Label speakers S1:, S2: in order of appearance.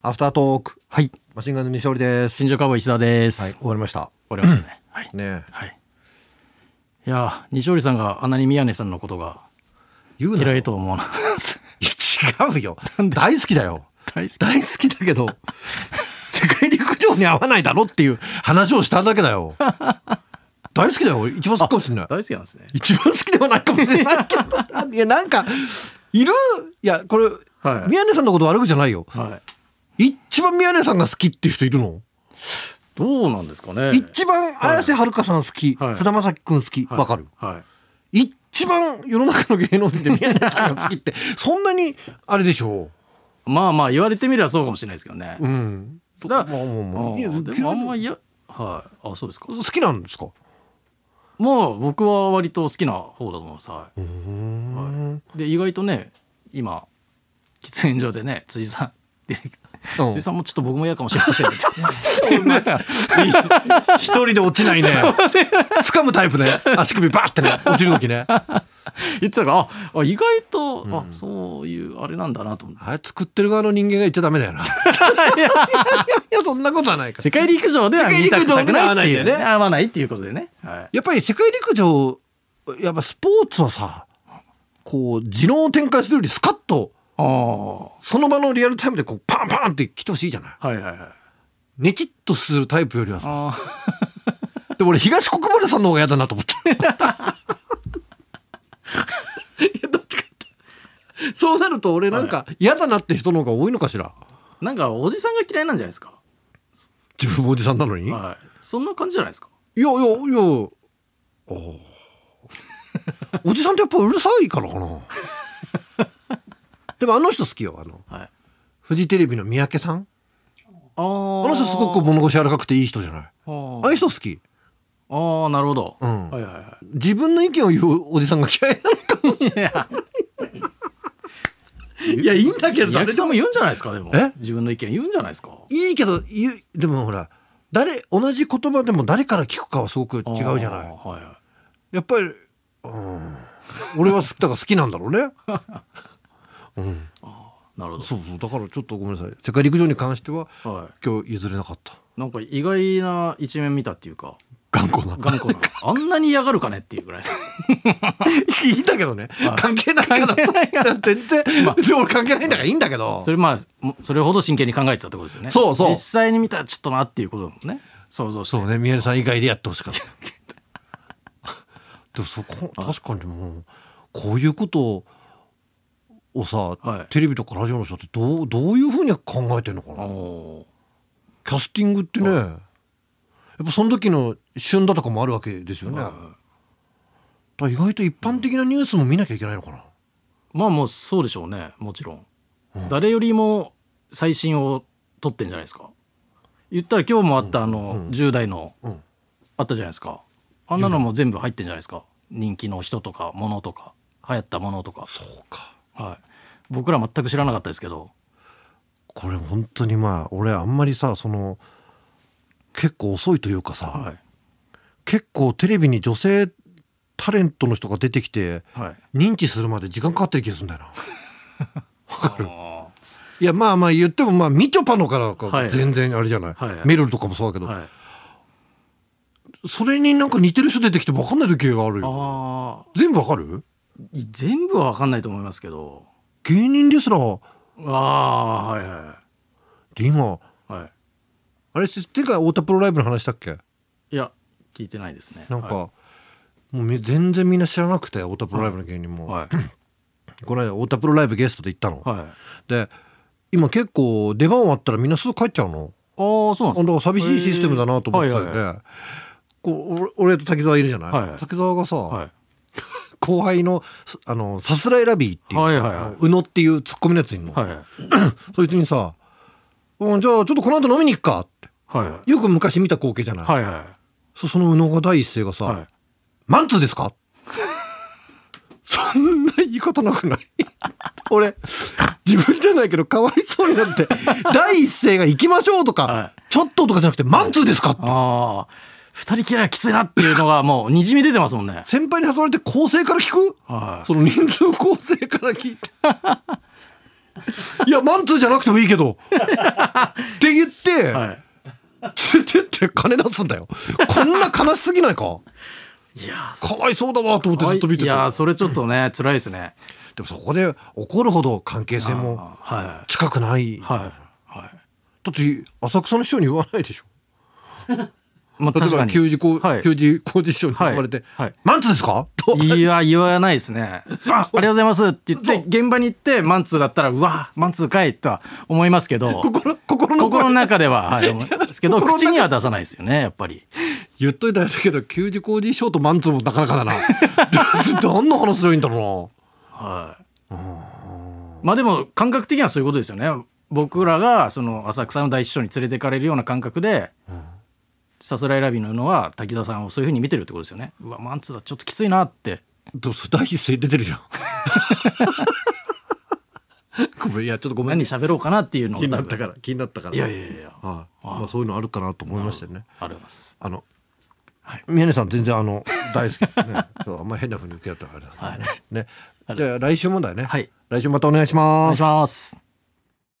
S1: アフタートーク
S2: はい、
S1: マシンガンの西堀です。
S2: 新庄カーボーイ石田で
S1: はい、
S2: す。
S1: 終わりました。
S2: 終わりましたね。はい。
S1: ねえ、
S2: はい。いやー、西織さんがあんなに宮根さんのことが
S1: 言うな
S2: 嫌
S1: よ。い
S2: いと思わなかったです。
S1: や違うよ。大好きだよ。
S2: 大好き。
S1: 大好きだけど、世界陸上に合わないだろっていう話をしただけだ よ。大好きだよ。一番好きかもしれない。
S2: 大好きなんですね。
S1: 一番好きではないかもしれないけど。 いや、なんか、いるいや、これ、
S2: はい
S1: 宮根さんのこと悪くじゃないよ。
S2: はい。
S1: 一番宮根さんが好きっていう人いるの
S2: どうなんですかね。
S1: 一番綾瀬はるかさん好き、
S2: はい
S1: 菅田将暉くん好き、わ、かる。
S2: はい。
S1: 一番世の中の芸能人で宮根さんが好き ってそんなにあれでしょ
S2: まあまあ言われてみればそうかもしれないですけどね。
S1: う、うん、
S2: だ
S1: まあまあまあ
S2: あー
S1: いや
S2: でもあん
S1: 嫌
S2: ま
S1: い
S2: いや、はい。あ、そうですか。
S1: 好きなんですか、
S2: まあ僕は割と好きな方だと思います。は
S1: うーん
S2: い。で意外とね、今喫煙所でね、辻さん。ディレクター
S1: うん
S2: 辻さんもちょっと僕も嫌かもしれま せんね。
S1: 一人で落ちないね 掴むタイプね足首バーってね落ちる時ねあ
S2: 言ってたからああ意外と、あそういうあれなんだなと思って
S1: れ作ってる側の人間が言っちゃダメだよな いやそんなことはないから
S2: 世界陸上では
S1: 世界
S2: 見
S1: 陸
S2: た
S1: 上
S2: くなく
S1: では合
S2: な
S1: わ
S2: い
S1: な
S2: っ
S1: い
S2: て
S1: ん
S2: い
S1: だよ
S2: うね
S1: ね
S2: 合わないっていうことでね、はい、
S1: やっぱり世界陸上やっぱスポーツはさこう自論を展開するよりスカッと
S2: ああは
S1: その場のリアルタイムでこうパンパンって来てほしいじゃない
S2: いはいはい
S1: ネチッとするタイプよりはさ
S2: あ
S1: でも俺東国原さんの方が嫌だなと思って。いやどっちかってそうなると俺なんか嫌だなって人の方が多いのかしら
S2: ー なんかおじさんが嫌いなんじゃないですか、
S1: 自分もおじさんなのに、
S2: はい、そんな感じじゃないですか
S1: い、やいやいやおー おじさんってやっぱうるさいからかな でもあの人好きよあの
S2: はい
S1: フジテレビの三宅さん
S2: ああ
S1: あの人すごく物腰柔らかくていい人じゃない
S2: あ
S1: ああいう人好き
S2: ああなるほど、
S1: うん
S2: はいはいは
S1: 自分の意見を言うおじさんが嫌いなのか
S2: いいや
S1: いやいいんだけど
S2: 三宅さんも言うんじゃないですかでも
S1: え
S2: 自分の意見言うんじゃないですか
S1: いいけど言うでもほら誰同じ言葉でも誰から聞くかはすごく違うじゃ
S2: あ
S1: ない
S2: ーはいはい
S1: やっぱりうん俺は好 きだから好きなんだろうねうん
S2: なるほ
S1: そうそうだからちょっとごめんなさい世界陸上に関しては
S2: どはい
S1: 今日譲れなかった
S2: なんか意外な一面見たっていうか
S1: 頑 固な
S2: 頑固なあんなに嫌がるかねっていうぐらい
S1: いいんだけどね
S2: はい
S1: 関係ないから
S2: 関係ないか
S1: だ って全然、
S2: まあ
S1: でも俺関係ないんだからいいんだけど
S2: それまあもそれほど真剣に考えてたってことですよね
S1: そうそう
S2: 実際に見たらちょっとなっていうことだもんね想像して
S1: そうね宮根さん以外でやってほしかった でもそこ確かにもうこういうことをさ、
S2: はい
S1: テレビとかラジオの人ってどうどういうふうに考えてんのか
S2: お
S1: な
S2: お
S1: キャスティングってね、やっぱその時の旬だとかもあるわけですよね、だから意外と一般的なニュースも見なきゃいけないのかな、
S2: まあもうそうでしょうねもちろん、誰よりも最新を撮ってんじゃないですか言ったら今日もあったあの、10代の、
S1: うん
S2: あったじゃないですかあんなのも全部入ってんじゃないですか人気の人とかものとか流行ったものとか、
S1: そうか
S2: はい、僕ら全く知らなかったですけど
S1: これ本当にまあ俺あんまりさその結構遅いというかさ、
S2: はい
S1: 結構テレビに女性タレントの人が出てきて
S2: はい
S1: 認知するまで時間かかってる気がするんだよな。
S2: あ
S1: いやまあまあ言ってもまあみちょぱのから
S2: は
S1: か
S2: い
S1: 全然あれじゃない、
S2: はい
S1: メルルとかもそうだけ
S2: ー
S1: ど、
S2: はい
S1: それになんか似てる人出てきて分かんない時があるよ
S2: あ
S1: 全部分かる
S2: ーい全部は分かんないと思いますけど
S1: 芸人ですら
S2: ああはいは
S1: で今
S2: いはい
S1: あれ前回太田プロライブの話したっけ
S2: いや聞いてないですね
S1: なんか、
S2: は
S1: もうみ全然みんな知らなくて太田プロライブの芸人も、
S2: いはい
S1: この間太田プロライブゲストで行ったの、
S2: はいあ
S1: で今結構出番終わったらみんなすぐ帰っちゃうの。
S2: あーそうなんで
S1: あ
S2: す
S1: だから寂しいシステムだなと思ってたよね、
S2: はいはい
S1: こう俺俺と滝沢いるじゃない、
S2: はいはい
S1: 滝沢がさ、
S2: は
S1: 後輩のすあのさすらいラビーって
S2: い
S1: いう、
S2: はいはい
S1: あの宇野っていうツッコミのやついんの、
S2: はいはい
S1: そいつにさ、うん「じゃあちょっとこの後飲みに行くか」って
S2: はい
S1: よく昔見た光景じゃない、
S2: はいは
S1: そその宇野が第一声がさ「
S2: いはい
S1: マンツーです か? 」そんな言い方なくない 俺自分じゃないけどかわいそうにな って第一声が「行きましょう」とか、
S2: は
S1: ちょっと」とかじゃなくて「マンツーですか?」って
S2: ああ二人きりはきついなっていうのがもうにじみ出てますもんね
S1: 先輩に誘われて構成から聞く
S2: はい
S1: その人数構成から聞いていやマンツーじゃなくてもいいけどって言って、
S2: はい
S1: 連れてって金出すんだよこんな悲しすぎないか
S2: いやー
S1: かわいそうだわと思ってずっと見て
S2: い
S1: た
S2: やーそれちょっとね辛いですね
S1: でもそこで怒るほど関係性も
S2: あは
S1: 近くない
S2: い
S1: だ
S2: はいはい
S1: って浅草の師匠に言わないでしょ
S2: まあ
S1: 例え
S2: 確か
S1: ば
S2: に
S1: 給仕工
S2: はい
S1: 給仕工事師匠に言われて
S2: はいはい
S1: 「マンツーですか?」と
S2: いや言わないです ね。あありがとうございますって言って現場に行ってマンツーだったらうわマンツーかいとは思いますけど
S1: 心心の
S2: 心
S1: 声
S2: の中では、はい、思いますけど
S1: 心の中
S2: 口には出さないですよねやっぱり。
S1: 言っといたんだけど給仕工事師匠とマンツーもなかなかだな 何の話すればいいんだろ
S2: はい、まあでも感覚的にはそういうことですよね。僕らがその浅草の大師匠に連れてかれるような感覚で、さすらいラビののは滝田さんをそういうふうに見てるってことですよね。うわマンツーだちょっときついなって。
S1: うなでもそれ第一声出てるじゃん ごめんいやちょっとごめん
S2: 何喋ろうかなっていうのを
S1: 気になったから気になったから
S2: いやいやいや
S1: はいまあそういうのあるかなと思いましたよね
S2: あります
S1: あの、
S2: はい
S1: 宮根さん全然あの大好きですね。 そうあんまり変な風に受け合ったらあれだ、ね。じゃあ来週もだよね。
S2: はい
S1: 来週またお願いします。
S2: お願いします